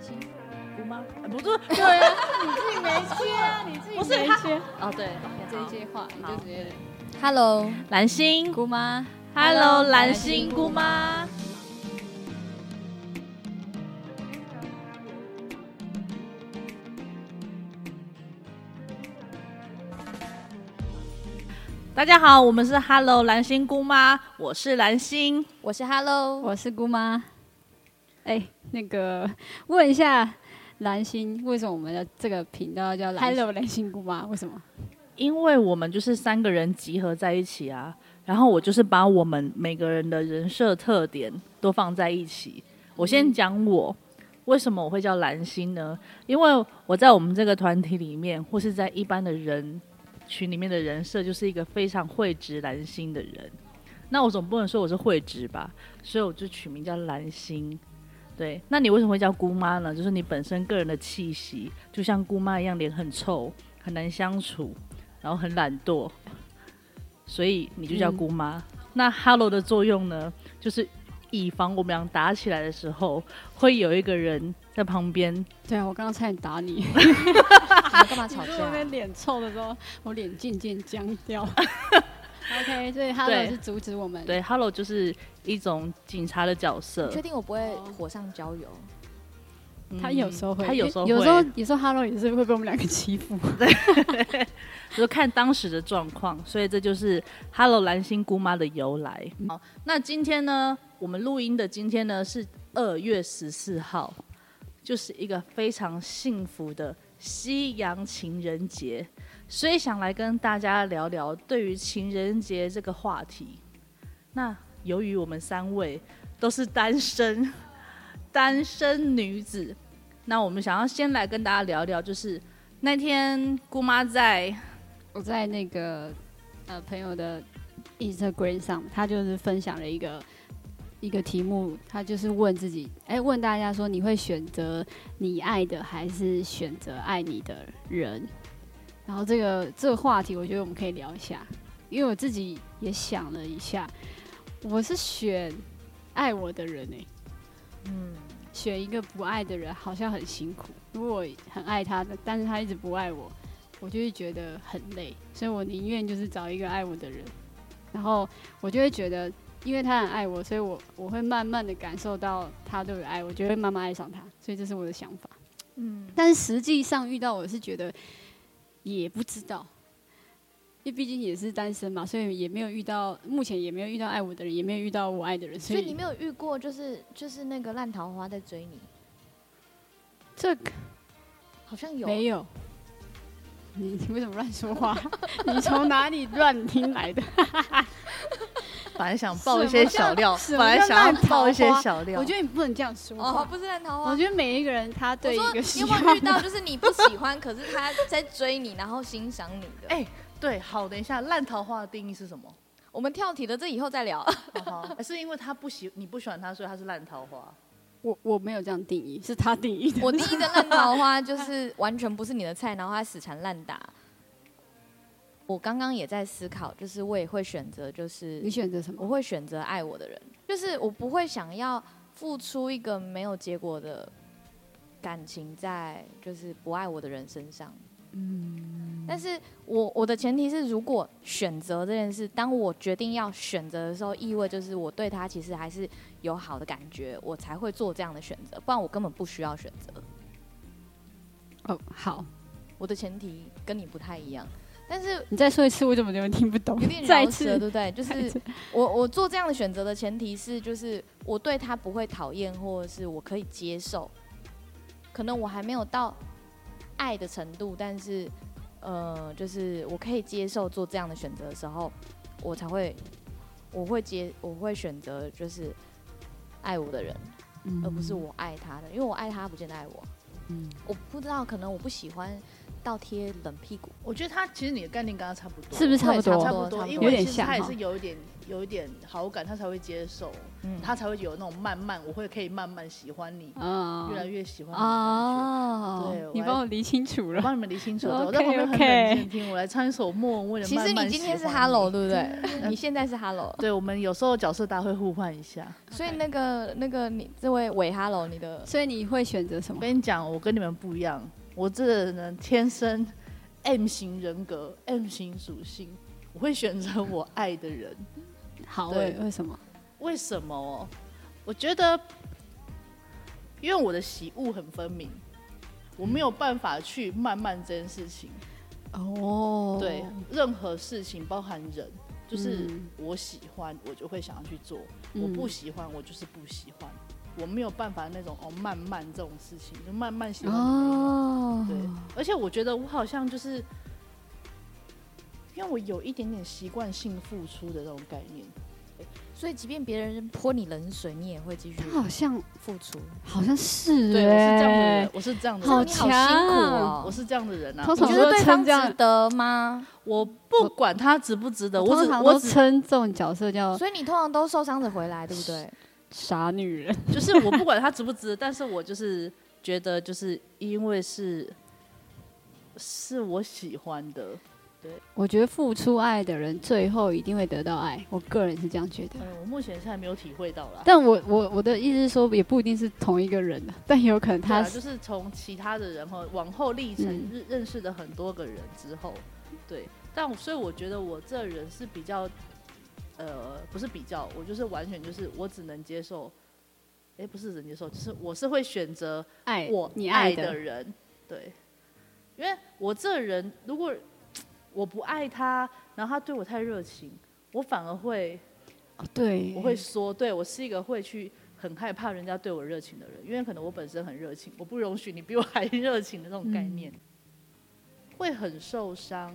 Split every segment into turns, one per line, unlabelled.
心姑妈，呃不是，
对啊，你自己没切啊，你自己
不是
没
他
切。
哦对，
这一句话你就直接
Hello，
蓝心
姑妈，
，Hello，蓝心姑妈。大家好，我们是 Hello 蓝心姑妈，我是蓝心。
我是 Hello，
我是姑妈。哎、那个问一下蓝心，为什么我们的这个频道叫蓝 Hello 蓝心姑妈？为什么？
因为我们就是三个人集合在一起啊，然后我就是把我们每个人的人设特点都放在一起。我先讲我为什么我会叫蓝心呢？因为我在我们这个团体里面，或是在一般的人群里面的人设，就是一个非常会直蓝心的人。那我总不能说我是会直吧，所以我就取名叫蓝心。对，那你为什么会叫姑妈呢？就是你本身个人的气息，就像姑妈一样，脸很臭，很难相处。然后很懒惰，所以你就
嗯
叫姑妈。那 Hello 的作用呢，就是以防我们俩打起来的时候，会有一个人在旁边。
对啊，我刚刚差点打 你。
你们干嘛吵
你说我那
架？啊
脸臭的时候，我脸渐渐僵 掉。OK，所以 Hello
对
是阻止我们。
对，Hello 就是一种警察的角色
你确。定我不会火上浇油？
哦
嗯
他有时候会，
他有时候会，
有时候有时候 Hello 也是会被我们两个欺负。
就是看当时的状况，所以这就是 Hello 蓝心姑妈的由来。好，那今天呢，我们录音的今天呢是二月十四号，就是一个非常幸福的西洋情人节，所以想来跟大家聊聊对于情人节这个话题。那由于我们三位都是单身， 单身女子，那我们想要先来跟大家聊聊，就是那天姑妈在
我在那个呃朋友的 Instagram 上，他就是分享了一个一个题目，他就是问自己，哎、问大家说你会选择你爱的还是选择爱你的人？然后这个这个话题，我觉得我们可以聊一下，因为我自己也想了一下，我是选爱我的人哎、
嗯，
选一个不爱的人好像很辛苦。如果我很爱他，但是他一直不爱我，我就会觉得很累。所以我宁愿就是找一个爱我的人，然后我就会觉得，因为他很爱我，所以我我会慢慢的感受到他对我的爱，我就会慢慢爱上他。所以这是我的想法。嗯，但是实际上遇到我是觉得也不知道。因为毕竟也是单身嘛，所以也没有遇到，目前也没有遇到爱我的人，也没有遇到我爱的人，
所
所
以你没有遇过，就是就是那个烂桃花在追你，
这个
好像有。
没有。你你为什么乱说话？ 你从哪里乱听来的？
本来想 爆一些小料，
什
本
么叫
来想
什么
要
叫
爆一些
烂桃花
小料。
我觉得你不能这样说
哦，
话。
不是烂桃花。
我觉得每一个人他
我
对一
说
个
你
喜
有
欢
没有遇到，就是你不喜欢，可是他在追你，然后欣赏你的？
哎对，好，等一下，烂桃花的定义是什么？
我们跳题了，这以后再聊。
好好，是因为他不喜你不喜欢他，所以他是烂桃花。
我我没有这样定义，是他定义的。
我第一个烂桃花就是完全不是你的菜，然后他死缠烂打。我刚刚也在思考，就是我也会选择，就是
你选择什么？
我会选择爱我的人，就是我不会想要付出一个没有结果的感情在就是不爱我的人身上。嗯，但是我我的前提是，如果选择这件事，当我决定要选择的时候，意味就是我对他其实还是有好的感觉，我才会做这样的选择，不然我根本不需要选择。
哦，好，
我的前提跟你不太一样，但是
你再说一次，我怎么有点听不懂
有点？饶
再一
舌，
次，
对不对？就
再一
是
次
我我做这样的选择的前提是，就是我对他不会讨厌，或者是我可以接受。可能我还没有到爱的程度，但是呃，就是我可以接受做这样的选择的时候，我才会我会接我会选择就是爱我的人，
呃
啊
嗯
而不是我爱他的，因为我爱他不见得爱我。我不知道，可能我不喜欢倒贴冷屁股。
我觉得他其实你的概念跟他差不多，
是不是差不
对
多
差
差
不
差
多，
不
因
多
有
为
点
其实
像
他也
哈
是有一点有一点好感，他才会接受，
嗯，
他才会有那种慢慢我会可以慢慢喜欢你，越来
嗯，
越喜欢你的
哦
对我
你
还
帮我理清楚
感觉。我
了。
帮你们理清楚了，我
OK，
在旁边很
OK
冷静地听，我来唱一首莫文蔚的《
其实
慢慢
你今天
喜
是
欢你
Hello，对不 对？你现在是 Hello，
对，我们有时候角色大家会互换一下。
所以那个那个你这位伪 Hello，你的
所以你会选择什
我
么？
跟你讲，我跟你们不一样，我这个人呢天生 M 型人格，M 型属性，我会选择我爱的人。
好，
对
为为什么？
为什么哦？我觉得，因为我的喜恶很分明，我没有办法去慢慢这件事情。
哦，
对，任何事情包含人，就是
嗯
我喜欢，我就会想要去做；
嗯
我不喜欢，我就是不喜欢。我没有办法那种哦，慢慢这种事情，就慢慢喜欢。
哦，
对，而且我觉得我好像就是，因为我有一点点习惯性付出的那种概念。
所以即便别人泼你冷水，你也会继续
他好像
付出。
好像是
对，我是这样的
欸
人，我是这样的人，
好
你好
强
辛苦
啊
我
哦！
是这样的人啊。
通
你
常
觉
我
都
得对方
称这样
值得吗？
我不管他值不值得，我
通
只
常
我
都
只
称这种角色叫
所以你通常都受伤着回来，对不对？
傻女人。
就是我不管他值不值得，但是我就是觉得就是因为是是我喜欢的，
我觉得付出爱的人，最后一定会得到爱。我个人是这样觉得。
嗯，我目前是还没有体会到啦。
但我我我的意思是说，也不一定是同一个人的，但有可能
对
他
啊，就
是
是从其他的人后往后历程
嗯
认认识的很多个人之后，对，但我所以我觉得我这人是比较，呃，不是比较，我就是完全就是我只能接受，哎、不是只能接受，就是我是会选择
爱
我
你
爱的
的，
人，对，因为我这人如果我不爱他，然后他对我太热情，我反而会
哦对，
我会说，对我是一个会去很害怕人家对我热情的人，因为可能我本身很热情，我不容许你比我还热情的那种概念，会很受伤。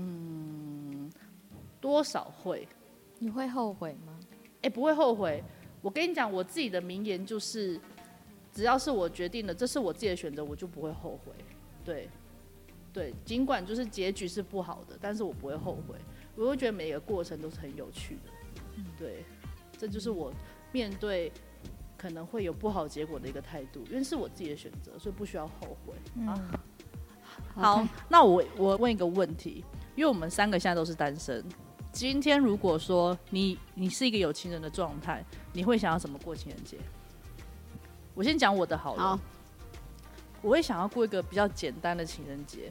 嗯，多少会，
你会后悔吗？
哎、不会后悔。我跟你讲，我自己的名言就是，只要是我决定的，这是我自己的选择，我就不会后悔。对，对，尽管就是结局是不好的，但是我不会后悔。我会觉得每个过程都是很有趣的。对，这就是我面对可能会有不好结果的一个态度，因为是我自己的选择，所以不需要后悔。
嗯，
好，那我我问一个问题，因为我们三个现在都是单身。今天如果说你你是一个有情人的状态，你会想要怎么过情人节？我先讲我的好了，
好，
我会想要过一个比较简单的情人节。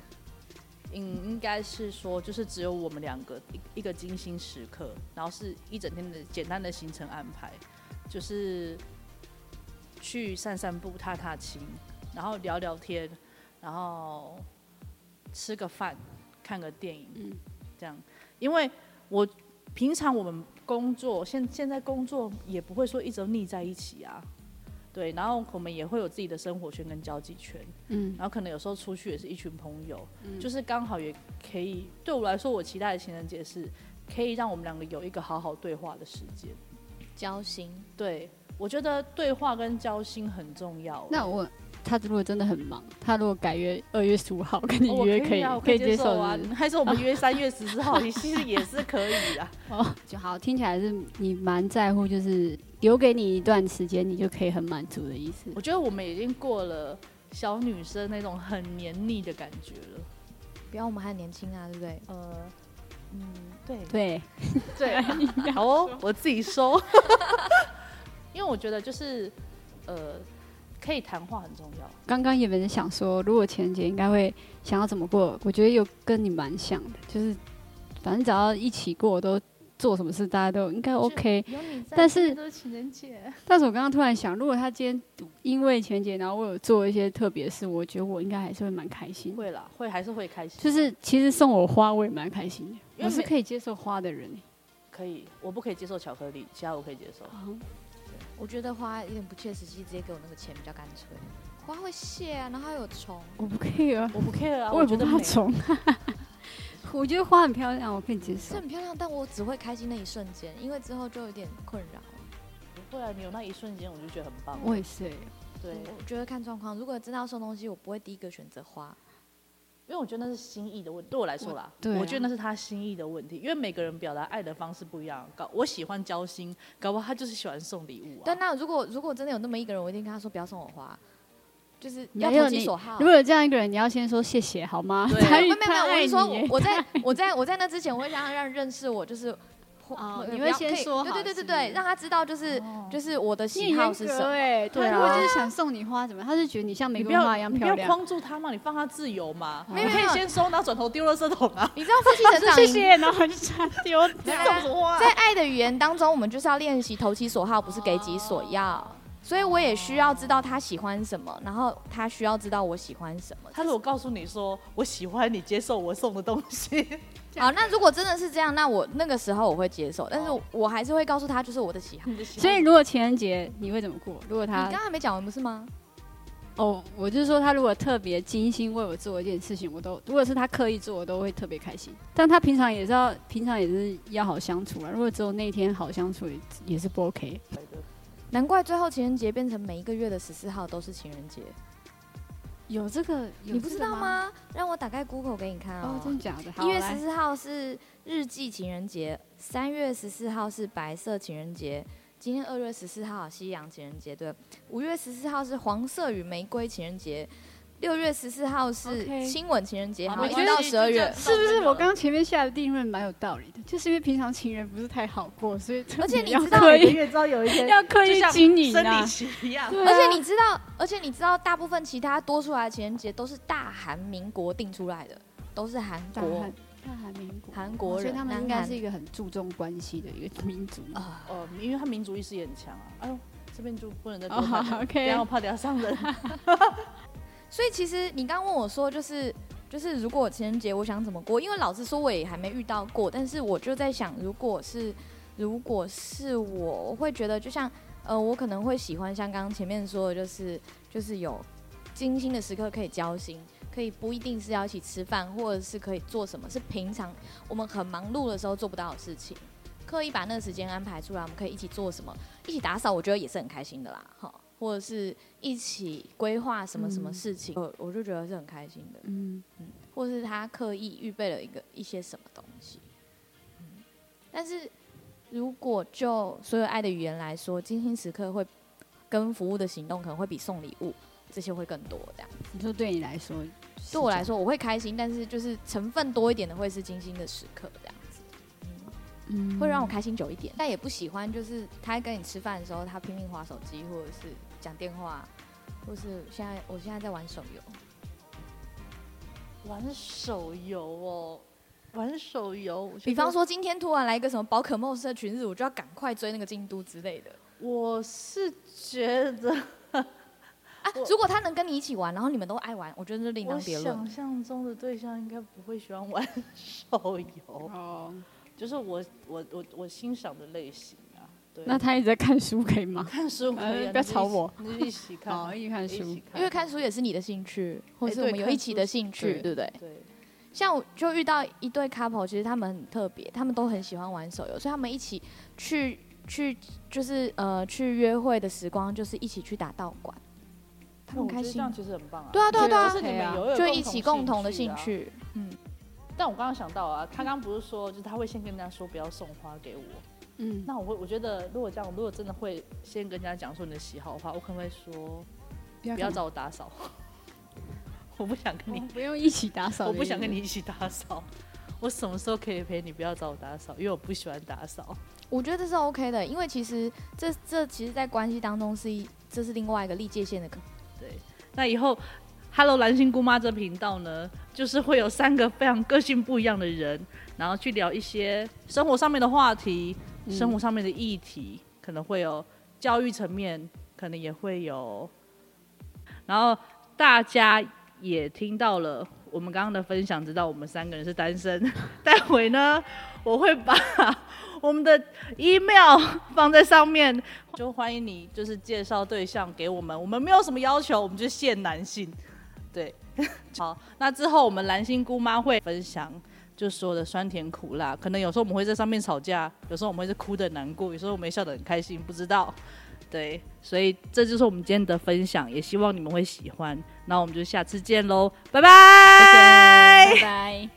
嗯，应该是说，就是只有我们两个一一个精心时刻，然后是一整天的简单的行程安排，就是去散散步、踏踏青，然后聊聊天，然后吃个饭、看个电影，
嗯
这样。因为我平常我们工作，现现在工作也不会说一直都腻在一起啊，对。然后我们也会有自己的生活圈跟交际圈，
嗯，
然后可能有时候出去也是一群朋友，就是刚好也可以。对我来说，我期待的情人节是可以让我们两个有一个好好对话的时间。
交心，
对我觉得对话跟交心很重要、
那
哦
我他如果真的很忙，他如果改约二月十五号跟你
我
约，
可
以
啊，我
哦可
以
接
受啊
是不是。
还是我们 约三月十四号，其实也是可以啊 的。
哦，就好，听起来是你蛮在乎，就是留给你一段时间，你就可以很满足的意思。
我觉得我们已经过了小女生那种很黏腻的感觉了。
不要我们还年轻啊，对不对？
呃，嗯，对
对，
对，好哦，我自己收。 因为我觉得就是呃，可以谈话很重要。
刚刚原本是想说，如果情人节应该会想要怎么过，我觉得有跟你蛮像的，就是反正只要一起过，都做什么事大家都应该 OK。
有你在
但是
都情人节，
但是我刚刚突然想，如果他今天因为情人节，然后我有做一些特别事，我觉得我应该还是会蛮开心的。
会啦，会还是会开心，啊
就是其实送我花，我也蛮开心
因为
的，我是
每
可以接受花的人欸。
可以，我不可以接受巧克力，其他我可以接受。
啊我觉得花有点不切实际，直接给我那个钱比较干脆。花会谢啊，然后还有虫，
我不 care，啊
我不 care 啊，
我也
觉
不
得
怕
美
虫。 我觉得花很漂亮，我可以接
是
受。
很漂亮，但我只会开心那一瞬间，因为之后就有点困扰。
不会啊，你有那一瞬间，我就觉得很棒。
我也是欸，
嗯
对，
我觉得看状况，如果真的要送东西，我不会第一个选择花，
因为我觉得那是心意的问题，对我来说啦，
对啊
我觉得那是他心意的问题，因为每个人表达爱的方式不一样。搞我喜欢交心，搞不好他就是喜欢送礼物啊。
但那如果如果真的有那么一个人，我一定跟他说不要送我花，就是要
没有
投其
你
所好。
如果有这样一个人，你要先说谢谢好吗？
对
他
哦没有没有没有，
他
我
爱
是
你
说
耶
我，我在我在我在那之前，我会让他让认识我，就是会
哦
会
你
不
会
要
先
可以
说
对
好
对对
是
对
不
对，
是
让他知道就是就是我的
哦你
喜
很
好
严
是
格
什么。
欸
对
他如果
啊
就是想送你花，怎么样？他是觉得你像玫
你不
瑰
要
花一样
你不
漂
要
亮。
框住他嘛，你放他自由嘛，
哦
你可以先收，然后转头丢垃圾桶啊。
你知道夫妻成
老师
长
谢
营
谢，然后就把它 丢掉。
来
送什么花
在爱的语言当中，我们就是要练习投其所好，不是给己所要。
哦
所以我也需要知道他喜欢什么，然后他需要知道我喜欢什么。
他如果告诉你说我喜欢你，接受我送的东 西，
好，那如果真的是这样，那我那个时候我会接受，但是我我还是会告诉他就是我的喜好。 嗯
你就喜欢
所以，如果情人节你会怎么过？如果他
你刚才没讲完不是吗？
哦，我就是说，他如果特别精心为我做一件事情，我都如果是他刻意做，我都会特别开心。但他平常也是要，平常也是要好相处啊。如果只有那一天好相处，也也是不 OK。
难怪最后情人节变成每一个月的十四号都是情人节，
有这个，
你
有
不
这
知
个
道？吗？让我打开 Google 给你看
哦
哦，。
真的假的？好
一月
来
十四号是日记情人节，三月十四号是白色情人节，今天二月十四号西洋情人节，对，五月十四号是黄色与玫瑰情人节，六月十四号是
OK
亲吻情人节，
好
好，
没
一
关
直
系
到十二月
就。这
是不是我刚刚前面下的定论蛮有道理的？就是因为平常情人不是太好过，所以特别
而且你
要
知道
刻
每个
意
月知道有一天
要刻
就
意
像
经营
生
啊
理。期一样。
对啊
而且你知道，而且你知道，大部分其他多出来的情人节都是大韩民国定出来的，都是韩
大
国
韩大韩民国，
韩国
哦所以
人，
他们
南
应该
韩
是一个很注重关系的一个民族。
啊。
哦，因为他民族意识也很强啊。哎呦，这边就不能再多
哦
看了，
好
不然我
，OK，
怕等下上 人。
所以其实你刚刚问我说，就是就是如果情人节我想怎么过？因为老实说我也还没遇到过，但是我就在想，如果是如果是我，我会觉得就像呃，我可能会喜欢像刚刚前面说的，就是就是有精心的时刻可以交心。可以不一定是要一起吃饭，或者是可以做什么，是平常我们很忙碌的时候做不到的事情。刻意把那个时间安排出来，我们可以一起做什么，一起打扫，我觉得也是很开心的啦，哈，或者是一起规划什么什么事情，我我就觉得是很开心的，
嗯，
或是他刻意预备了一个一些什么东西，嗯，但是如果就所有爱的语言来说，精心时刻会跟服务的行动可能会比送礼物这些会更多，这样
你说对你来说，
对我来，说我会开心，但是就是成分多一点的会是精心的时刻这样。
嗯
会让我开心久一点。但也不喜欢，就是他在跟你吃饭的时候，他拼命划手机，或者是讲电话，或是现在我现在在玩手游。
玩手游哦，玩手游。我觉得
比方，说今天突然来一个什么宝可梦社群日，我就要赶快追那个进度之类的
我是觉得
啊
我。
如果他能跟你一起玩，然后你们都爱玩，我觉得这另
我
当别论
想。象中的对象应该不会喜欢玩 手游，
哦，
就是我我我我欣赏的类型啊。对，
那他一直在看书可以吗？
看书可
哎
以啊、
呃不要
你就
吵
一起
我，
你就一起
好，
看，
一起看
一起
书，
看，
因为哦看书也是你的兴趣，或
哎
是
对
我们有
看
一起
书
的
是
兴趣，
对
对不对？
对，
像我就遇到一对 couple，其实他们很特别，他们都很喜欢玩手游，所以他们一起去去就是呃去约会的时光，就是一起去打道馆，他
那
们
我觉
开
得这
心
样，其实很棒啊。
对啊对啊对啊
就是你们有有
就一起共同的
兴
兴
啊。
趣，嗯，
但我刚刚想到啊，他刚刚不是说，就是他会先跟人家说不要送花给我。
嗯，
那我会，我觉得如果这样，如果真的会先跟人家讲说你的喜好的话，我可能会说
不要
不要
干嘛
找我打扫， 我不想跟你
哦，不用一起打扫，
哦
我不想跟你。一起打扫。我什么时候可以陪你？不要找我打扫，因为我不喜欢打扫。
我觉得这是 OK 的，因为其实这这其实，在关系当中是一这是另外一个立界线的可，
那以后，Hello 蓝心姑妈这频道呢，就是会有三个非常个性不一样的人，然后去聊一些生活上面的话题，
嗯
生活上面的议题，可能会有教育层面，可能也会有。然后大家也听到了我们刚刚的分享，知道我们三个人是单身。待会呢，我会把 我们的 email 放在上面，就欢迎你就是介绍对象给我们，我们没有什么要求，我们就限男性。对， 好，那之后我们蓝心姑妈会分享。就说的酸甜苦辣，可能有时候我们会在上面吵架，有时候我们会是哭的难过，有时候我们会笑得很开心，不知道。对，所以这就是我们今天的分享，也希望你们会喜欢。那我们就下次见喽，拜拜。
拜拜。